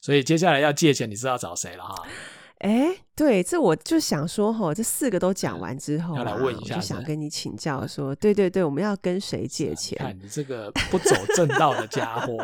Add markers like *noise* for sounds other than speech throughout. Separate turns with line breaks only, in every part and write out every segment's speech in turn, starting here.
所以接下来要借钱，你知道找谁了哈？
哎，对，这我就想说哈，这四个都讲完之后、
嗯
啊，
要来问一下
我就想跟你请教说，对对对，我们要跟谁借钱？
看你这个不走正道的家
*laughs*
伙。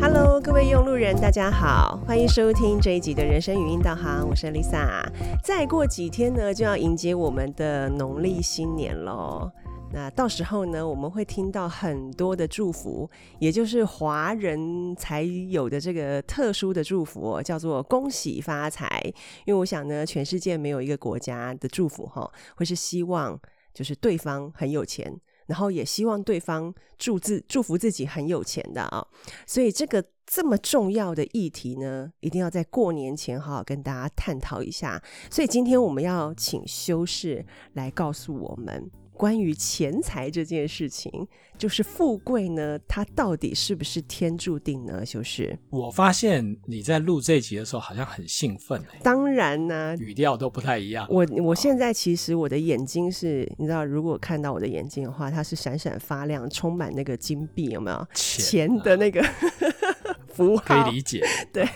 Hello，各位用路人，大家好，欢迎收听这一集的人生语音导航，我是 Lisa。再过几天呢，就要迎接我们的农历新年喽。那到时候呢，我们会听到很多的祝福，也就是华人才有的这个特殊的祝福、哦，叫做“恭喜发财”。因为我想呢，全世界没有一个国家的祝福哈、哦，会是希望就是对方很有钱。然后也希望对方祝自祝福自己很有钱的啊、哦，所以这个这么重要的议题呢，一定要在过年前好好跟大家探讨一下。所以今天我们要请修士来告诉我们关于钱财这件事情，就是富贵呢，它到底是不是天注定呢？修士，
我发现你在录这集的时候好像很兴奋、欸，
当然呢、
语调都不太一样。
我我现在其实我的眼睛是，你知道，如果看到我的眼睛的话，它是闪闪发亮，充满那个金币，有没有？
钱啊
钱的那个 *laughs* 符
可
号
以，理解，
对，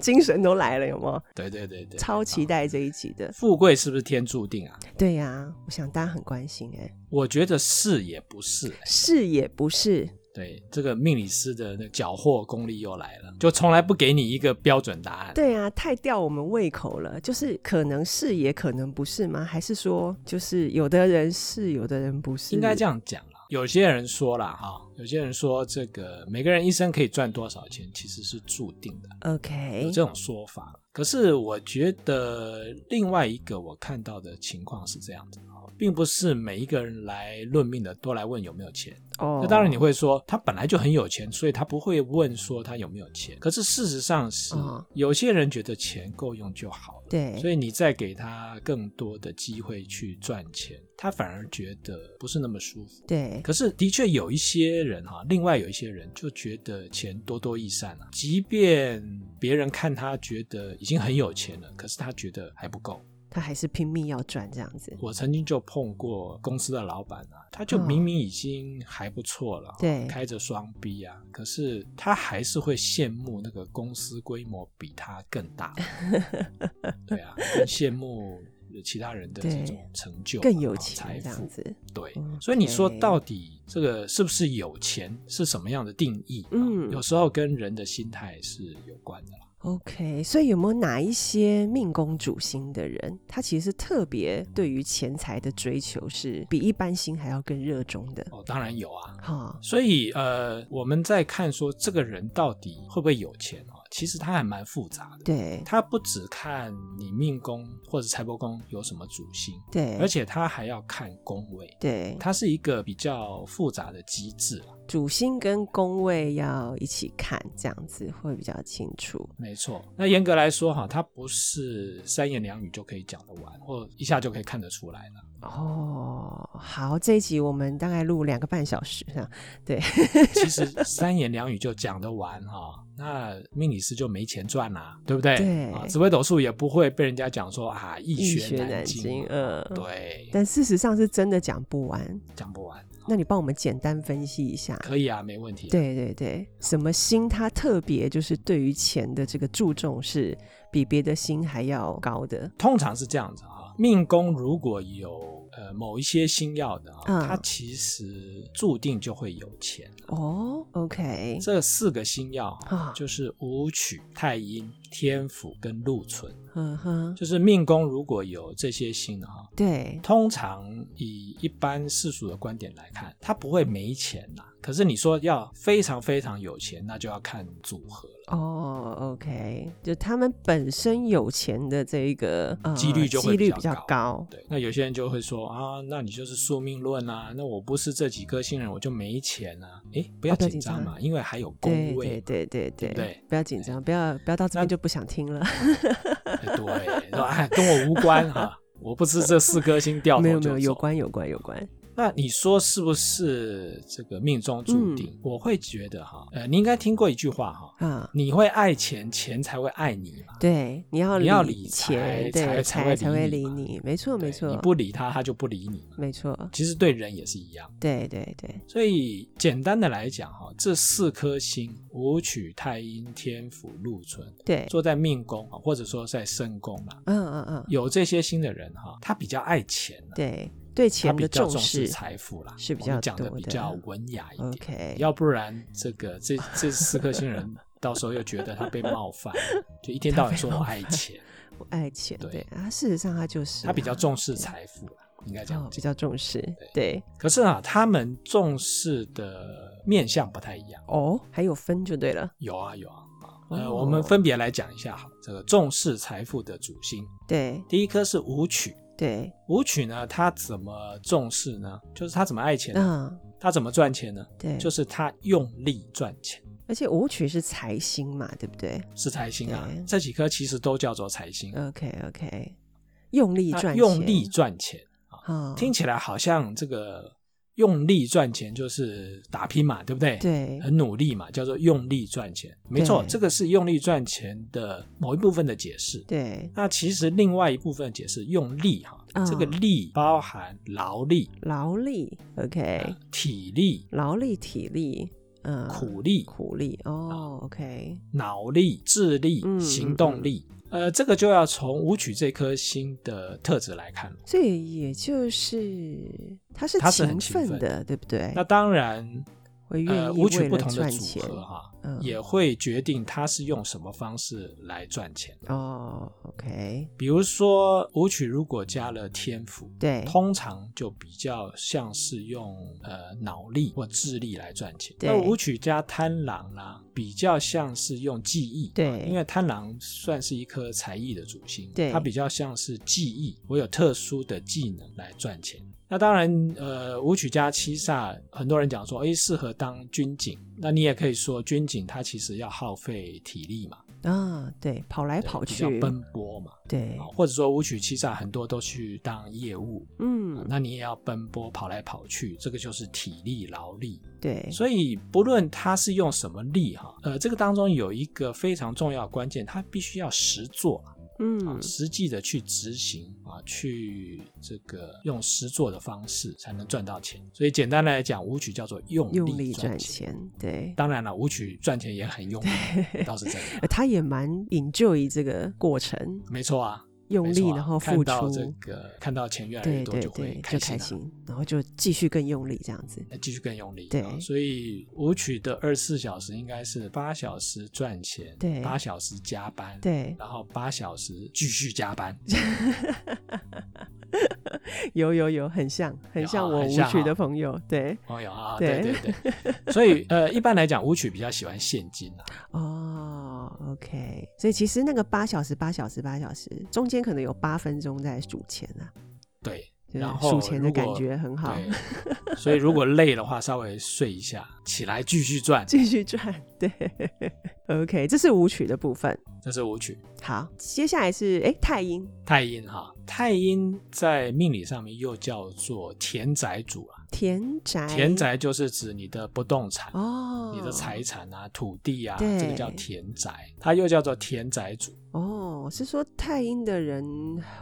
精神都来了，有没有？
对对对哦对，
超期待这一集的。
富贵是不是天注定啊？
对呀、我想大家很关心哎、
我觉得是也不是、欸
是也
*laughs*
不是？
对，这个命理师的那个缴获功力又来了，就从来不给你一个标准答案。
对啊，太吊我们胃口了。就是可能是也可能不是吗？还是说就是有的人是，有的人不是？
应该这
样。
样讲啦。有些人说啦，哈、有些人说这个每个人一生可以赚多少钱，其实是注定的，有
OK，
这种说法。可是我觉得另外一个我看到的情况是这样子啊，并不是每一个人来论命的都来问有没有钱。
哦，
那当然你会说他本来就很有钱，所以他不会问说他有没有钱。可是事实上是
嗯
有些人觉得钱够用就好了，
对，
所以你再给他更多的机会去赚钱，他反而觉得不是那么舒服。
对，
可是的确有一些人哈、另外有一些人就觉得钱多多益善啊，即便别人看他觉得已经很有钱了，可是他觉得还不够。
他还是拼命要赚这样子。
我曾经就碰过公司的老板啊，他就
嗯
明明已经还不错了，
对
开着双臂啊，可是他还是会羡慕那个公司规模比他更
*laughs*
大，对啊，更羡慕其他人的这种成就啊、
更有
啊
钱
财
这
富
样，子，
对，
嗯 OK
所以你说到底这个是不是有钱，是什么样的定义？啊
嗯
有时候跟人的心态是有关的啦。
，OK。所以有没有哪一些命宫主星的人，他其实特别对于钱财的追求是比一般星还要更热衷的？
哦，当然有啊，
哈，
所以呃，我们在看说这个人到底会不会有钱啊、哦，其实他还蛮复杂的。
对
他不只看你命宫或者财帛宫有什么主星，
对，
而且他还要看宫位，
对，
它是一个比较复杂的机制啊。
主星跟宫位要一起看，这样子会比较清楚。
没错，那严格来说哈，它不是三言两语就可以讲得完，或一下就可以看得出来了。
哦，好，这一集我们大概录两个半小时啊。
*laughs* 其实三言两语就讲得完哈，那命理师就没钱赚啦、对不对？
对
啊，紫微斗数也不会被人家讲说啊易
一
学
学难
精
精，，嗯，。
对，
但事实上是真的讲不完，
讲不完，
那你帮我们简单分析一下。
可以啊，没问题。，
对对对，什么星它特别就是对于钱的这个注重是比别的星还要高的。
通常是这样子啊，命宫如果有呃某一些星耀的啊，
嗯
它其实注定就会有钱。
哦，OK，
这四个星耀啊
啊
就是武曲、太阴、天府跟禄存，
嗯哼，
就是命宫如果有这些星啊。
对，
通常以一般世俗的观点来看，他不会没钱呐、可是你说要非常非常有钱，那就要看组合了。
哦，OK，就他们本身有钱的这一个、呃、
几率就会
几率
比
比
较
较高，
对，那有些人就会说啊，那你就是宿命论啊，那我不是这几颗星人，我就没钱啊。诶，不要
哦不要
紧张
紧
嘛，因为还有
对
宫
对
位。
对对
对不对
不要紧张，不要不要到这边就不想听了，
哎 *laughs* 对，说哎，跟我无关哈、我不是这四颗星掉头
没有
就
*laughs* 没有，有
走。
关有关有关，
那你说是不是这个命中注定？
嗯
我会觉得哈，呃，你应该听过一句话哈，
啊，
你会爱钱，钱才会爱你嘛。
对，你要
你要
理
理
钱，
财
对，
才
财
才
才
会
会
理
理
你嘛
你，没错没
对
错
你，不理他，他就不理你嘛。
没错，
其实对人也是一样。
对对对，
所以简单的来讲哈，这四颗星武曲、太阴、天府、禄存，
对，
坐在命宫啊，或者说在身宫啦，
嗯嗯嗯，
有这些星的人哈，他比较爱钱啊，
对对
他
钱
比
的
较
重
重视
视
财富啦，
是比
我们
较
讲的
多
比
的
较文雅一点。
，OK，
要不然这个这这四颗星人到时候又觉得他被冒犯了，就一天到晚说我爱钱，
我爱钱，
对
对啊，事实上他 *laughs* 就是
他比较
啊
重视财富啦，应该这样
哦，比
讲。
较重视，对
可是啊，他们重视的面相不太一样。
哦，还有分就对了，
有啊有啊，啊呃，
哦
我们分别来讲一下哈。这个重视财富的主星，
对
第一颗是武曲。
对，
武曲呢，他怎么重视呢？就是他怎么爱钱呢？
嗯
他怎么赚钱呢？
对，
就是他用力赚钱，
而且舞曲是财星嘛，对不对
是财星啊
对。
这几颗其实都叫做财星，
？OK OK，用力
他
赚钱，
啊用嗯力赚钱。嗯
啊，
听起来好像这个用力赚钱就是打拼嘛，对不对？，
对
很努力嘛，叫做用力赚钱。没错，
嗯对
这个是用力赚钱的某一部分的解释。
对
那其实另外一部分解释用力哈，
嗯
这个力包含劳力、
劳力，OK，
体力、
劳力体力，嗯，
苦力、啊
苦力哦，OK，
脑力、智力、
嗯
行动力。呃，这个就要从舞曲这颗星的特质来看了。
所以也就是他是
他是
勤
很勤
奋
奋
的，对不对？
那当然，
会愿
呃，
意
舞曲
为
不
了
同的
赚
组
钱，
合哈，
嗯
也会决定他是用什么方式来赚钱。
哦，OK，
比如说，舞曲如果加了天赋，
对
通常就比较像是用呃脑力或智力来赚钱。
对
那舞曲加贪狼啦、比较像是用技艺。
对
因为贪狼算是一颗才艺的主星，
对
它比较像是技艺，我有特殊的技能来赚钱。那当然，呃，舞曲加七煞，很多人讲说，诶，适合当军警。那你也可以说，军警它其实要耗费体力嘛，
啊，对，跑来
对
跑
比较
去，
奔波嘛，
对
啊，或者说舞曲七煞很多都去当业务，
嗯，
那你也要奔波跑来跑去，这个就是体力劳力。
对，
所以不论他是用什么力哈，呃，这个当中有一个非常重要的关键，他必须要实做啊，
嗯，
实际的去执行啊，去这个用实做的方式才能赚到钱。所以简单来讲，舞曲叫做用
用力
力
赚
赚钱。
钱，对，
当然了，舞曲赚钱也很用
*laughs*
力，倒是真
呃
的，
他也蛮 enjoy 这个过程，
没错啊。
用
没
力
错啊
然后
看
付
到
出，
这个看到钱越来越
对
多
对
就
对
会，
就
开心、
开
啊，
心，然后就继续更用力这样子，
那继续更用力。
对
啊所以舞曲的二十四小时应该是八小时赚钱，
对
八小时加班，， *laughs*
对，
然后八小时继续加
*laughs*
班，
有有有，很像，很
有
像
啊
我
很
舞
像
曲
啊
的朋友，对，
哦有啊，
对
对对
*laughs*
对。所以呃，一般来讲，舞曲比较喜欢现金啊，
哦，OK，所以其实那个八小时、八小时、八小时，中间可能有八分钟在数钱啊，
对，
就是
然
数
后
钱的
如
感
果
觉很 *laughs* 好，
对，所以如果累的话，稍微睡一下，起来继续赚，
继续赚，对，OK，这是舞曲的部分。
这是舞曲。
好，接下来是哎太阴
太阴哈，太阴在命理上面又叫做田宅主啊，
田宅，
田宅就是指你的不动产。
哎哦，
你的财产啊、土地啊，
对
这个叫田宅，它又叫做田宅主。
哦，是说太阴的人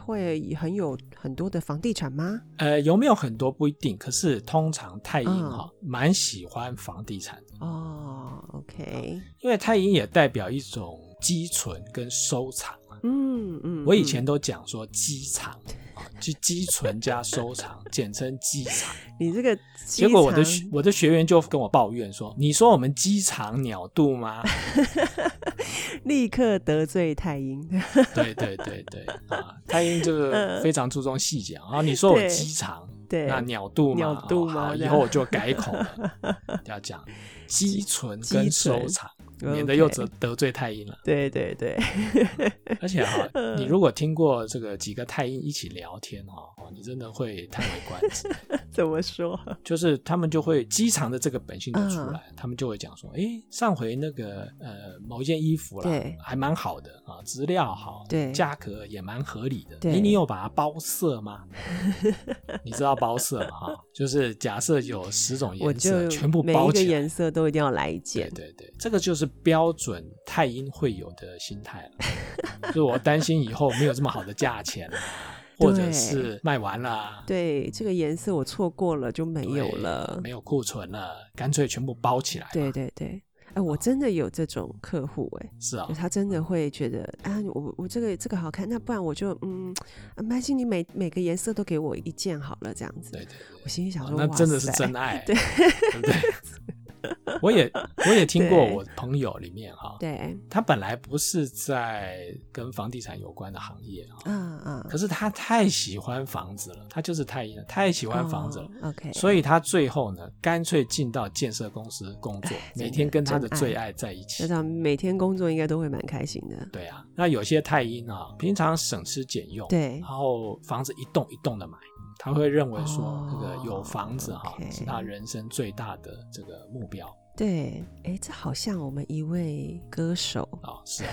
会很有很多的房地产吗？
呃，有没有很多不一定，可是通常太阴
嗯
哈、蛮喜欢房地产的，
哦，OK，
因为太阴也代表一种积存跟收藏啊。
嗯嗯，
我以
嗯
前都讲说积藏啊，去积存加收藏，简称积藏。
你这个
结果我的
机
学我的学员就跟我抱怨说：“你说我们机场鸟肚吗？” *laughs*
场 *laughs* 立刻得罪太阴， *laughs*
对对对对啊，太英就是非常注重细节啊。你说我
嗯对
机场，
对
那鸟肚嘛，
鸟肚
哦
嘛
好
这
以
样
后我就改口
*laughs*
了，要讲积存跟收藏，
积存
免得又
OK
得得罪太阴了。
对对对， *laughs*
而且哈、你哦如果听过这个几个太阴一起聊天哈、哦，你真的会叹为观止。
怎么说？
就是他们就会机场的这个本性就出
嗯
来，他们就会讲说，诶，上回那个呃某一件衣服啦
对，
还蛮好的啊，质量好，
对
价格也蛮合理的。
对
诶，你有把它包色吗？ *laughs* 你知道包色吗？哈就是假设有十种
我
颜色，
就
全部
每
包
一个
起来。
颜色都一定要来一
对
件。
对对，这个就是标准太阴会有的心态了，
*laughs*
就是我担心以后没有这么好的价钱了，或者
对
是卖完了，
对，这个颜色我错过了就没
对
有了
没。有库存了，干脆全部包起来。
嗯对，对对，哎，我真的有这种客户哎、
是啊
就，他真的会觉得啊，我我这个这个好看，那不然我就嗯，啊没关系，你每每个颜色都给我一件好了，这样子。
对对
我心里想
哦
说，
那真的是真
的。
爱，
对
对不对？ *laughs* 我也我也听过
对
我朋友里面哈、
对，
他本来不是在跟房地产有关的行业啊、
啊啊，
可是他太喜欢房子了，他就是太太喜欢房子了。
哦 OK，
所以他最后呢，干脆进到建设公司工
啊
作，每天跟他的最爱在一
那
起。
他每天工作应该都会蛮开心的。
对啊，那有些太阴啊，平常省吃俭用，
对
然后房子一栋一栋的买，他会认为
哦
说这个有房子哈、
OK
是他人生最大的这个目标
对，哎，这好像我们一位歌手，
啊、是啊，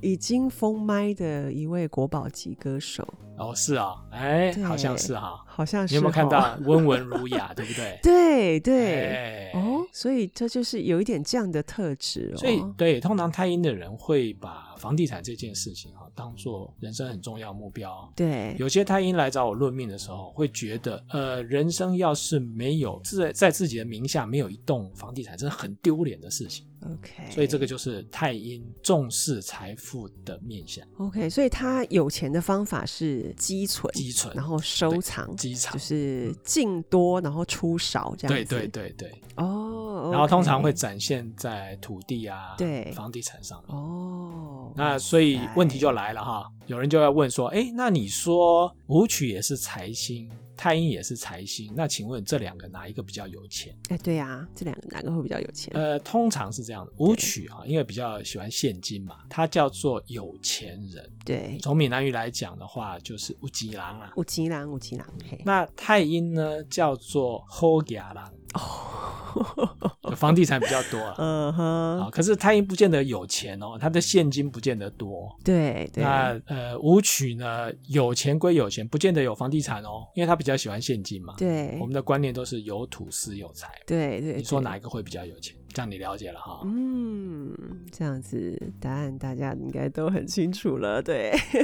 已经封麦的一位国宝级歌手，
哦是啊，哎，
对
好像是哈、
好像是
你有没有看
哦？
到温文儒雅，对不对？
*laughs* 对对，
哎
哦，所以这就是有一点这样的特质哦。
所以，对，通常太阴的人会把房地产这件事情哈、当做人生很重要的目标，
对，
有些太阴来找我论命的时候，会觉得，呃，人生要是没有自在自己的名下没有一栋房地产，真的很丢脸的事情。
OK，
所以这个就是太阴重视财富的面向，
OK，所以他有钱的方法是积存，
积存
然后收藏，
积场
就。是进多然后出少嗯这样
对
子。
对对对，
哦，
然后通常会
OK
展现在土地啊、
对
房地产上面。
哦，
那所以问题就来了哈，有人就要问说，哎，那你说武曲也是财星，太阴也是财星，那请问这两个哪一个比较有钱？
哎，对啊，这两个哪个会比较有钱？
呃，通常是这样的，舞曲啊，因为比较喜欢现金嘛，它叫做有钱人。
对，
从闽南语来讲的话，就是乌吉郎啊。
五吉郎，五吉郎，嘿，
那太阴呢，叫做后牙郎，就 *laughs* 房地产比较多了。
哦嗯
啊，
哼，
可是太阴不见得有钱哦，他的现金不见得多。
对对，
那呃，舞曲呢，有钱归有钱，不见得有房地产哦，因为他比较喜欢现金嘛。
对
我们的观念都是有土司有财。
对对，
你说
对
哪一个会比较有钱？这样你了解了哈。
嗯，这样子答案大家应该都很清楚了，对。 *laughs*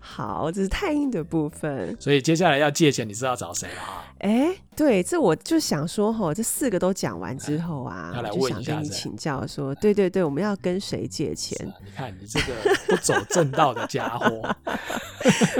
好，这是太阴的部分。
所以接下来要借钱，你知道找谁了啊哈？
哎、对，这我就想说吼，这四个都讲完之后啊，
哎要来
我就
问
想
一下
跟你
这
请教说，对对对，我们要跟谁借钱 *laughs*
是？啊你看你这个不走正道的家伙，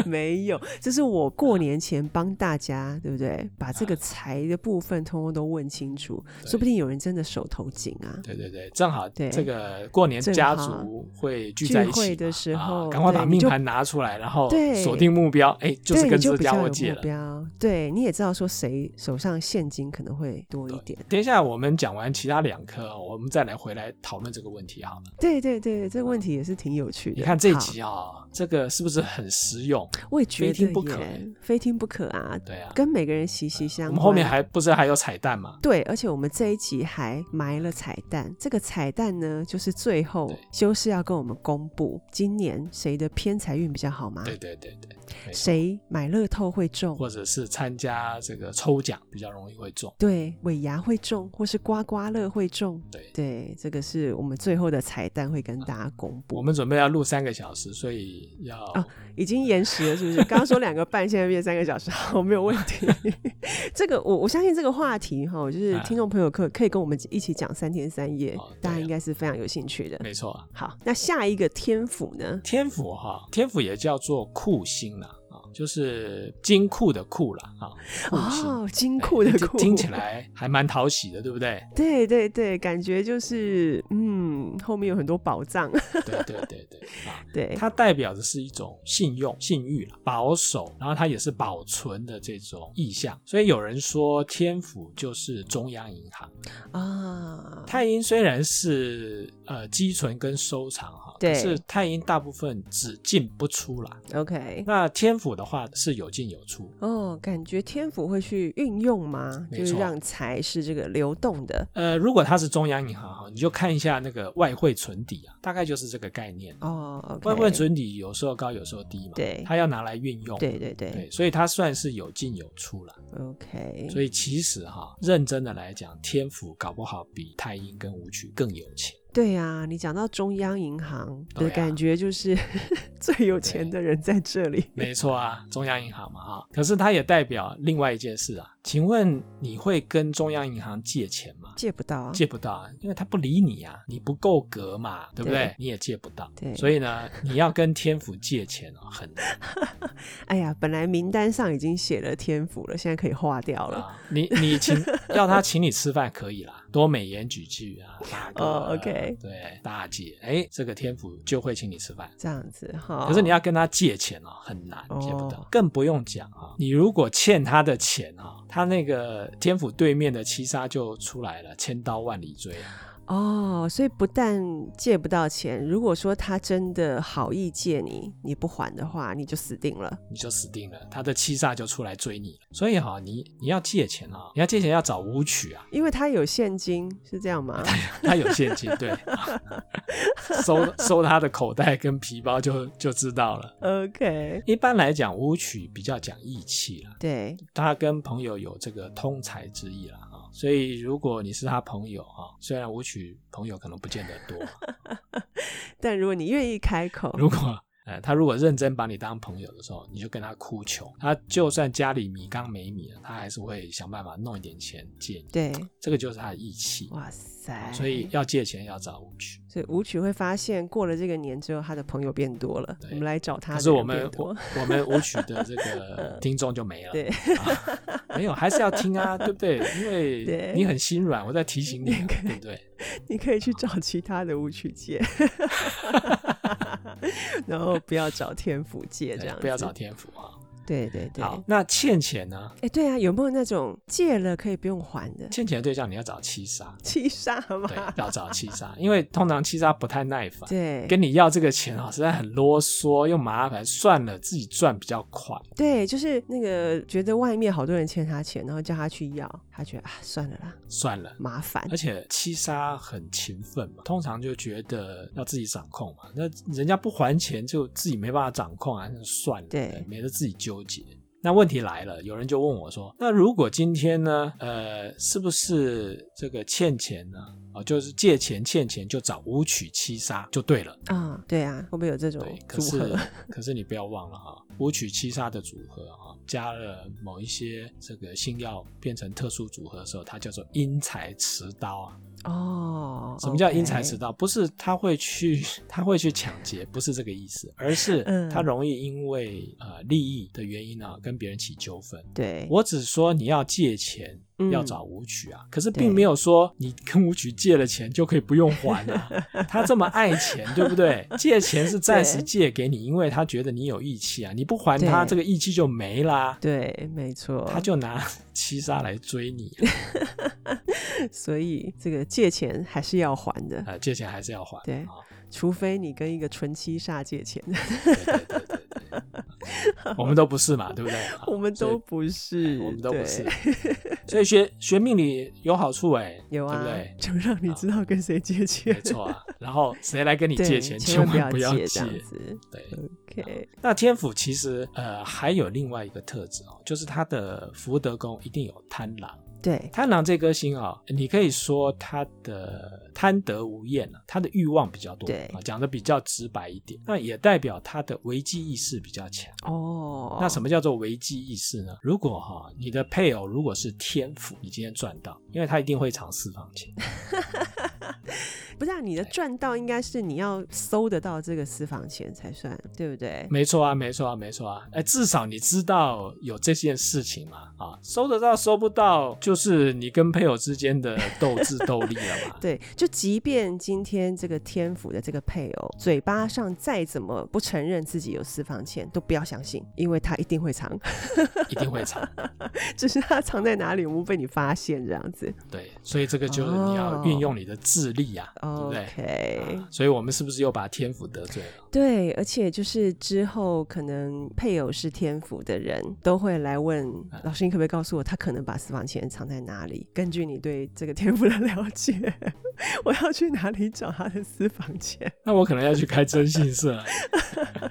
没有，这是我过年前帮大家，对不对？把这个财的部分通通都问清楚，
啊对
说不定有人真的手头紧啊。
对对对，正好
对
这个过年
正
家
好
族会聚在一
聚
起
会
嘛
的时候
啊，赶快把
对你
命
就
盘拿出来，然后
对
锁定目标，哎，就
对，
是
你
跟
就
这
比
家
较有
伙
目
借了。
标，对，你也知道说谁手上现金可能会多一点。
等一下我们讲完其他两颗哦，我们再来回来讨论这个问题好了。
对对对，这个问题也是挺有趣的。
你看这
好
集啊，这个是不是很实用？
我也觉
非
得
听不可
耶
欸，
非听不可啊，
对啊，
跟每个人息息相
我
关。啊
们后面还不是还有彩蛋吗？
对，而且我们这一集还埋了彩蛋。这个彩蛋呢，就是最后
对
修士要跟我们公布今年谁的偏财运比较好吗？
对对对对，没错
谁买乐透会中？
或者是参加这个抽奖比较容易会中。
对，尾牙会中，或是刮刮乐会中。
对
对，这个是我们最后的彩蛋会跟大家公布。
我们准备要录三个小时，所以要、
啊已经延时了，是不是？刚刚说两个半，现在变三个小时，好，没有问题。 *laughs* 这个我我相信这个话题哈，就是
啊
听众朋友可可以跟我们一起讲三天三夜，
哦对啊
大家应该是非常有兴趣的。
没错啊。
好，那下一个天府呢？
天府哈、天府也叫做库星啦，啊，就是金库的库啦，啊，库星。
哦，金
哎
库 *laughs* 的
这
库，
听起来还蛮讨喜的，对不
*laughs*
对？
对对对，感觉就是嗯，后面有很多宝藏， *laughs*
对对对对啊，
对，
它代表的是一种信用、信誉啦，保守，然后它也是保存的这种意向。所以有人说天府就是中央银行。
哦啊，
太阴虽然是呃积存跟收藏哈，
对
可是太阴大部分只进不出啦。
OK，
那天府的话是有进有出。
哦，感觉天府会去运用吗？
没
就是
错
让财是这个流动的
呃，如果它是中央银行哈，你就看一下那个外汇存底啊，大概就是这个概念。
哦。OK
外汇存底有时候高，有时候低嘛，
对
它要拿来运用。
对对对
对，所以它算是有进有出了。
o k
所以其实哈，认真的来讲，天府搞不好比太阴跟武曲更有钱。
对啊，你讲到中央银行
对
的
啊
感觉，就是、 *laughs* 最有钱的人在这里。
没错啊，中央银行嘛哈，可是它也代表另外一件事啊。请问你会跟中央银行借钱吗？
借不到啊，
借不到啊，因为他不理你啊，你不够格嘛，对不对？
对
你也借不到，
对
所以呢，你要跟天府借钱
*laughs*
哦，很难
哎呀，本来名单上已经写了天府了，现在可以划掉了。
啊。你你请要他请你吃饭可以啦， *laughs* 多美言几句啊，大哥、
哦，OK
对，大姐，哎，这个天府就会请你吃饭。
这样子哈，
可是你要跟他借钱哦，很难
哦
借不到，更不用讲啊、你如果欠他的钱啊、他那个天府对面的七杀就出来了，千刀万里追啊。
哦，所以不但借不到钱，如果说他真的好意借你，你不还的话，你就死定了。
你就死定了，他的七煞就出来追你了。所以哈、你你要借钱啊、你要借钱要找舞曲啊，
因为他有现金，是这样吗？
他有现金，对， *laughs* 搜搜他的口袋跟皮包就就知道了。
OK，
一般来讲，舞曲比较讲义气啦，
对，
他跟朋友有这个通财之意啦啊。所以如果你是他朋友啊，虽然舞曲朋友可能不见得多，啊
但如果你愿意开口，
如果呃，他如果认真把你当朋友的时候，你就跟他哭穷，他就算家里米缸没米了，他还是会想办法弄一点钱借你。
对，
这个就是他的义气。
哇塞，
哦所以要借钱要找舞曲。
所以舞曲会发现，过了这个年之后，他的朋友变多了，
对
我们来找他
可
的
是我
人
们
变多 *laughs*
我我们舞曲的这个听众就没了，
对
啊没有还是要听啊，对不对？因为
*laughs* 对
你很心软，我在提醒你
*laughs*
啊，对不对？
你可以去找其他的舞曲
*laughs*
借，然后不要找天府借这
对
样，
哎不要找，天赋啊。
对对对。
好，那欠钱呢？
哎，对啊，有没有那种借了可以不用还的
欠钱的对象你要找七杀，
七杀
*laughs* 对
嘛，？
要找七杀，因为通常七杀不太耐烦，
*laughs* 对
跟你要这个钱啊，实在很啰嗦又麻烦，算了，自己赚比较快。
对，就是那个觉得外面好多人欠他钱，然后叫他去要，他觉得啊算了啦，
算了，
麻烦
而且七杀很勤奋嘛，通常就觉得要自己掌控嘛。那人家不还钱，就自己没办法掌控啊，那就算了，
对
没得自己纠结。那问题来了，有人就问我说：“那如果今天呢，呃，是不是这个欠钱呢？哦，就是借钱欠钱就找舞曲七杀就对了。
啊，对啊，会不会有这种
哎对，可
组合
是？可是你不要忘了啊，舞曲七杀的组合啊，加了某一些这个新药变成特殊组合的时候，它叫做因材持刀啊。
*laughs* 哦，
什么叫因材
OK
迟到？不是他会去，他会去抢劫，不是这个意思，而是
嗯
他容易因为呃利益的原因啊，跟别人起纠纷。
对，
我只说你要借钱，
嗯
要找舞曲啊，可是
对
并没有说你跟舞曲借了钱就可以不用还啊。
*laughs*
他这么爱钱，对不对？借钱是暂时
对
借给你，因为他觉得你有义气啊，你不还他，
对哦
这个义气就没啦。
对，没错，
他就拿 *laughs* 七杀来追你啊、
所以这个借钱还是要还
*laughs*
的，
呃借钱还是要
*laughs*
还。
对
啊
除非你跟一个纯七煞借钱，
对对
*laughs*
对对对，我们都不是嘛，对不对？啊
我们都不
所以哎
是，
我们都不是
对，
所以学学命理有好处哎、
有啊，
对不对？
就让你知道跟谁借钱
没，
*laughs*
错啊，然后谁来跟你
对
借钱，
千
千万
不
要
借
借
这。样子。
对，
OK，
那天府其实呃还有另外一个特质哦，就是他的福德宫一定有贪狼。
对，
贪狼这颗星啊、你可以说他的贪得无厌啊，他的欲望比较多，
对
啊，讲的比较直白一点，那也代表他的危机意识比较强。
哦，
那什
么？
么叫做危机意识呢？如果哈、你的配偶如果是天赋，你今天赚到，因为他一定会藏私房
*laughs*
钱。
不是啊，你的赚到应该是你要搜得到这个私房钱才算，对不对？。
没错啊，没错啊，没错啊。哎，至少你知道有这件事情嘛？啊，收得到收不到，就是你跟配偶之间的斗智斗力了嘛
*laughs* 对，就即便今天这个天府的这个配偶嘴巴上再怎么不承认自己有私房钱，都不要相信，因为他一定会藏，
一定会藏。
只是他藏在哪里，我们被你发现这样子。
对，所以这个就是你要运用你的智力啊，不对
哦 OK，
啊所以我们是不是又把天府得罪了？
对，而且就是之后可能配偶是天府的人都会来问
哎
老师，你可不可以告诉我，他可能把私房钱藏在哪里？根据你对这个天府的了解， *laughs* 我要去哪里找他的私房钱？
那我可能要去开征信社啊了。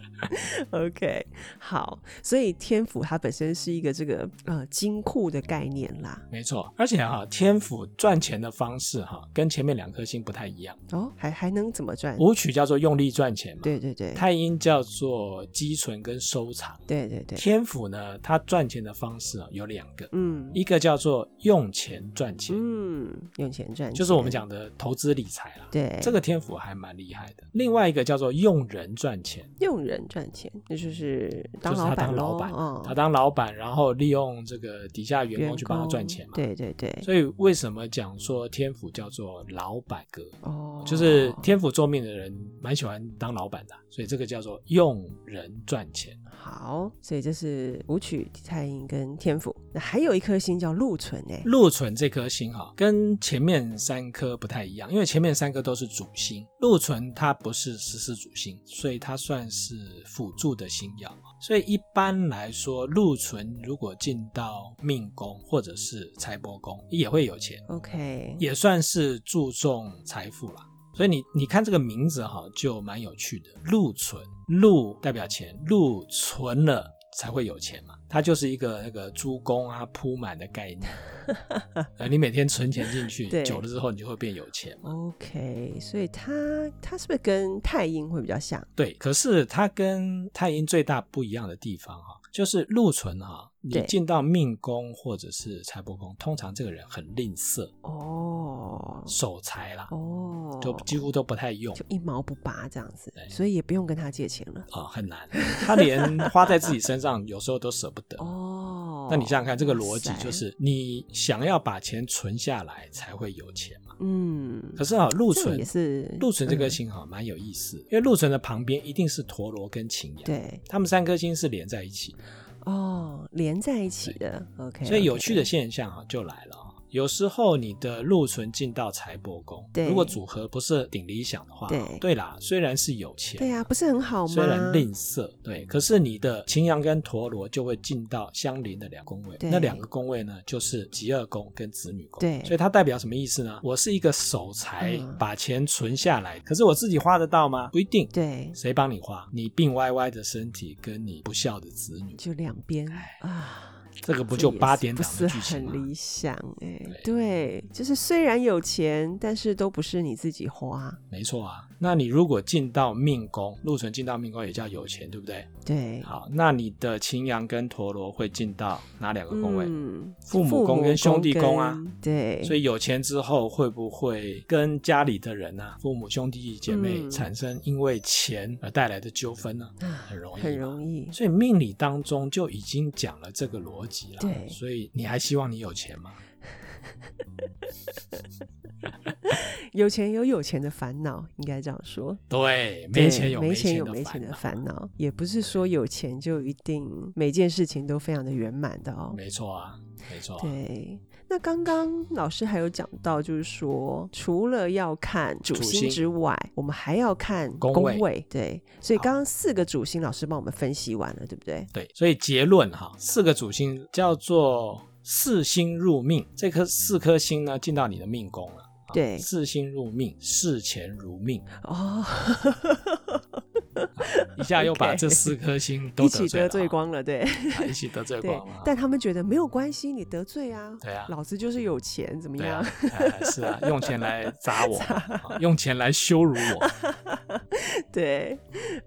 OK，好，所以天府它本身是一个这个呃金库的概念啦。
没错，而且哈、天府赚钱的方式哈、跟前面两颗星不太一样。
哦，还还能怎么赚？
武曲叫做用力赚钱嘛，
对对对，
太阴叫做积存跟收藏。
对对对，
天府呢，它赚钱的方式啊有两个，
嗯
一个叫做用钱赚钱，
嗯，用钱赚钱，
就是我们讲的投资理财啦。
对
这个天府还蛮厉害的。另外一个叫做用人赚钱，
用人赚钱，那就是当
就是
老
他
板
当
喽
老，板，他
哦，
当老板，然后利用这个底下员工去帮他
工
赚钱嘛。
对对对，
所以为什么讲说天府叫做老板格？
哦，
就是天府座命的人蛮喜欢当老板的，啊所以这个叫做用人赚钱。
好，所以这是武曲、太阴跟天府，那还有一颗星叫禄存哎，
禄存这颗星哈，跟前面三颗不太一样，因为前面三颗都是主星，禄存它不是十四主星，所以它算是辅助的星曜。所以一般来说，禄存如果进到命宫或者是财帛宫，也会有钱，
，OK，
也算是注重财富啦。所以你你看这个名字哈，就蛮有趣的。禄存，禄代表钱，禄存了才会有钱嘛。它就是一个那个猪公啊铺满的概念。
*laughs*
呃，你每天存钱进去
对，
久了之后你就会变有钱。
OK，所以它它是不是跟太阴会比较像？
对，可是它跟太阴最大不一样的地方哈，就是禄存哈，你
对
进到命宫或者是财帛宫，通常这个人很吝啬，
哦
守财啦，
哦，
就几乎都不太用。
就一毛不拔这样子，
对
所以也不用跟他借钱了。
啊、很难。他连花在自己身上，有时候都舍不得。
哦，
那你想想看，这个逻辑
哇塞
就是你想要把钱存下来才会有钱嘛。
嗯，
可是啊，禄
这
存
也是
禄存这颗
嗯
星哈蛮有意思，因为禄存的旁边一定是陀螺跟擎羊，
对
他们三颗星是连在一起，
哦，连在一起的。OK，
所以有趣的现象哈就来了啊。有时候你的禄存进到财帛宫，
对
如果组合不是顶理想的话，
对
对啦，虽然是有钱，
对啊，不是很好吗？
虽然吝啬，对，可是你的擎羊跟陀螺就会进到相邻的两宫位，
对
那两个宫位呢，就是吉二宫跟子女宫。
对
所以它代表什么意思呢？我是一个守财，
嗯
把钱存下来，可是我自己花得到吗？不一定。
对，
谁帮你花？你病歪歪的身体跟你不孝的子女，
就两边啊。
这个不
这
就
也
八
是
点
不
档
是
的剧情
很
吗？
理想哎、对，就是虽然有钱，但是都不是你自己花，
没错啊。那你如果进到命宫，禄存进到命宫也叫有钱，对不对？
对，
好，那你的擎羊跟陀螺会进到哪两个宫位？
嗯，
父母宫跟兄弟宫啊
跟，对，
所
以
以有钱之后会不会跟家里的人啊，父母兄弟姐妹
嗯啊
产生因为钱而带来的纠纷呢？很容易，
很。容易，
所以命理当中就已经讲了这个逻辑了。
对
所以你还希望你有钱吗？
有钱有有钱的烦恼，应该这样说，
对，
对
没钱有
没
钱
有
的
没
烦
钱的
恼。啊
烦恼，也不是说有钱就一定每件事情都非常的圆满的哦，
没错啊，没错啊、
对。那刚刚老师还有讲到，就是说，除了要看主
主
星
星
之外，我们还要看
宫
宫
位
位。对，所以
好
刚刚四个主星老师帮我们分析完了，对不对？
对，所以结论哈，四个主星叫做四星入命，这颗四颗星呢进到你的命宫了。啊
对
四星入命，视钱如命，
哦， *laughs*
一下又把
OK
这四颗星都
*laughs* 一起
得罪了
得
啊
罪光了，对。
啊一起得罪
对
光了啊。，
但他们觉得没有关系，你得罪啊，
对啊
老子就是有钱，怎么
对
样？ *laughs*
啊，哎是啊，用钱来砸我，啊用钱来羞辱我，
对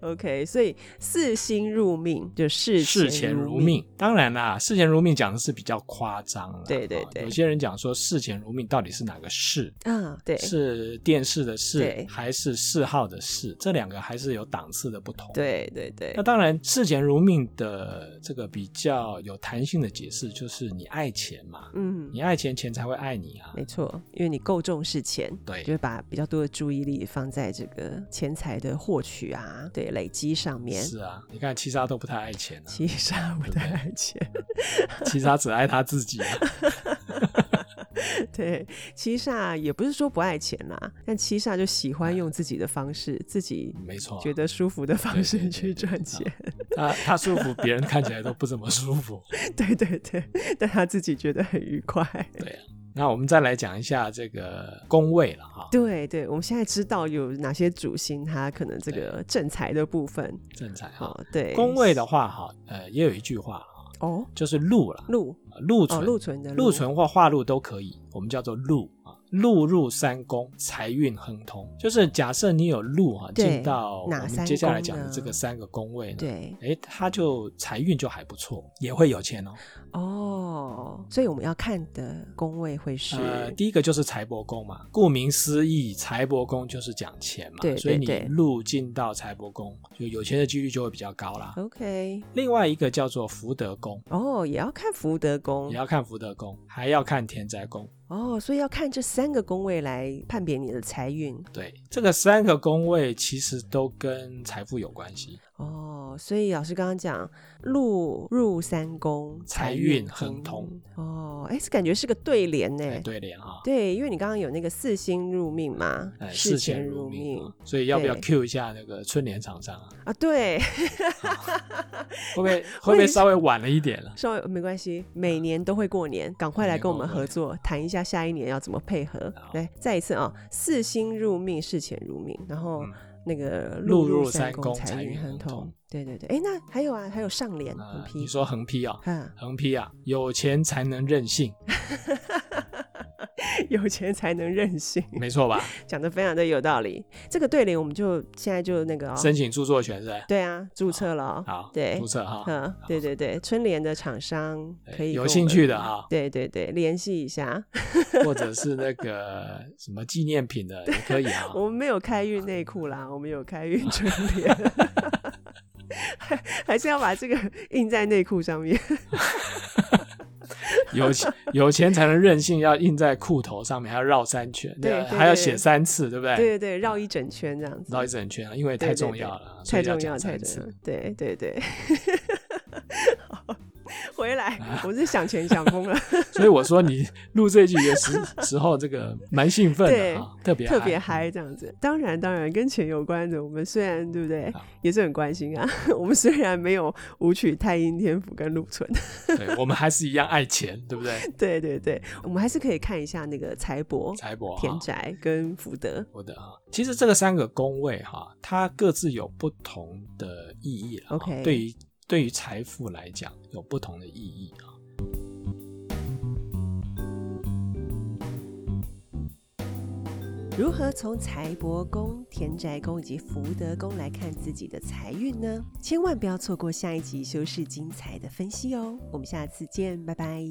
o k 所以四星入命就 *laughs* 视
视
钱
钱
如
如，命。当然啦，视钱如命讲的是比较夸张了。
对对
啊
对
有些人讲说视钱如命到底是哪个视？
啊，对，
是电视的视
对
还是嗜好的嗜？这两个还是有档次的不同。。
对对对
那，当然，视钱如命的这个比较有弹性的解释，就是你爱钱嘛，
嗯，
你爱钱，钱才会爱你啊。
没错，因为你够重视钱，
对
就会把比较多的注意力放在这个钱财的获取啊，对，累积上面。
是啊，你看七杀都不太爱钱啊，
其实我的爱钱， *laughs*
七杀只爱他自己啊。
对，七煞也不是说不爱钱啦，但七煞就喜欢用自己的方式，自己
没错啊
觉得舒服的方
对
式
对对对
去赚
啊
钱。
他他舒服，别人看起来都不怎么舒服。
对对对，但他自己觉得很愉快。
对啊，
嗯
那我们再来讲一下这个宫位了哈，
对对，我们现在知道有哪些主星，他可能这
对
个正财的部分，
正财哈。
哦，对，
宫位的话哈，呃，也有一句话哈，
哦，
就是禄了，
禄
禄
哦，
存，
禄存的
禄存或化禄都可以，我们叫做禄啊。禄入三宫，财运亨通。就是假设你有禄哈、
对
进到我
哪三
们接下来讲的
宫呢
这个三个宫位呢，
对
哎，它就财运就还不错，也会有钱哦。
哦，所以我们要看的宫位会是、
呃，第一个就是财帛宫嘛，顾名思义，财帛宫就是讲钱嘛，
对
所以
对
你
对
入进到财帛宫，就有钱的几率就会比较高
嗯
啦。
OK，
另外一个叫做福德宫，
哦，也要看福德宫
也要看福德宫，还要看田宅宫。
哦，所以要看这三个宫位来判别你的财运
对，这个三个宫位其实都跟财富有关系。
哦。所以老师刚刚讲禄入三宫，
财运亨通
哦，哎，这感觉是个对联呢。
哎，对联哈，
对，因为你刚刚有那个四星入命嘛，
哎，
事
视
前
钱
入
如命
命
啊，所以要不要
对
Q 一下那个春联厂商啊？
啊，对，
会
*laughs*
不会会不会稍微晚了一点了？
稍微没关系，
嗯
每年都会过年，赶快来跟我们合作，谈一下下一年要怎么配合
好。
来，再一次啊、四星入命，事前入命，然后
嗯
那个
入
入
入三
宫，
宫
财
财
运
运
亨
亨
通
通。
对对对，哎，那还有啊，还有上联横
啊，
批
你，说横批啊，
哈， *laughs*
横批啊，有钱才能任性，
有钱才能任性，
没错
*laughs*
吧？
讲的非常的有道理。这个对联我们就现在就那个哦，
申请著作权是吧？
对啊，注册了哦，
好，
对
注，册哈。
嗯，对对对，春联的厂商
对
可以
有
跟我
兴趣
们
的哈
对对对，联系一下。。
或者是那个什么纪念品的也可以啊
我们没有开运内裤啦，我们有开运春联， *laughs* 还还是要把这个印在内裤上面。
有钱有钱才能任性，要印在裤头上面，还要绕三圈，
对
那
对
还要
对
写三次，对不对？
*laughs* 对对对，绕一整圈这样子
绕，一整圈，因为
对
太
对
重
对
要了，所
太
以要
重要
讲
太
三
重要
次。。
对对对。好回来，我是想钱想疯了，
所以我说你录这一句的时时候，这个蛮兴奋
对
的啊，特 *laughs* 别
特别
嗨
嗨这样子。当然，当然跟钱有关的，我们虽然对不对
好，
也是很关心啊。 *laughs* 我们虽然没有舞曲、太阴天府跟陆存， *laughs*
对我们还是一样爱钱，对不对？
对对对，我们还是可以看一下那个财帛、
财帛
*laughs*
啊
田宅跟福德。
我的啊，其实这个三个宫位哈、它各自有不同的意义了啊、
OK
对于对于财富来讲，有不同的意义啊。
如何从财帛宫、田宅宫以及福德宫来看自己的财运呢？千万不要错过下一集修饰精彩的分析哦！我们下次见，拜拜。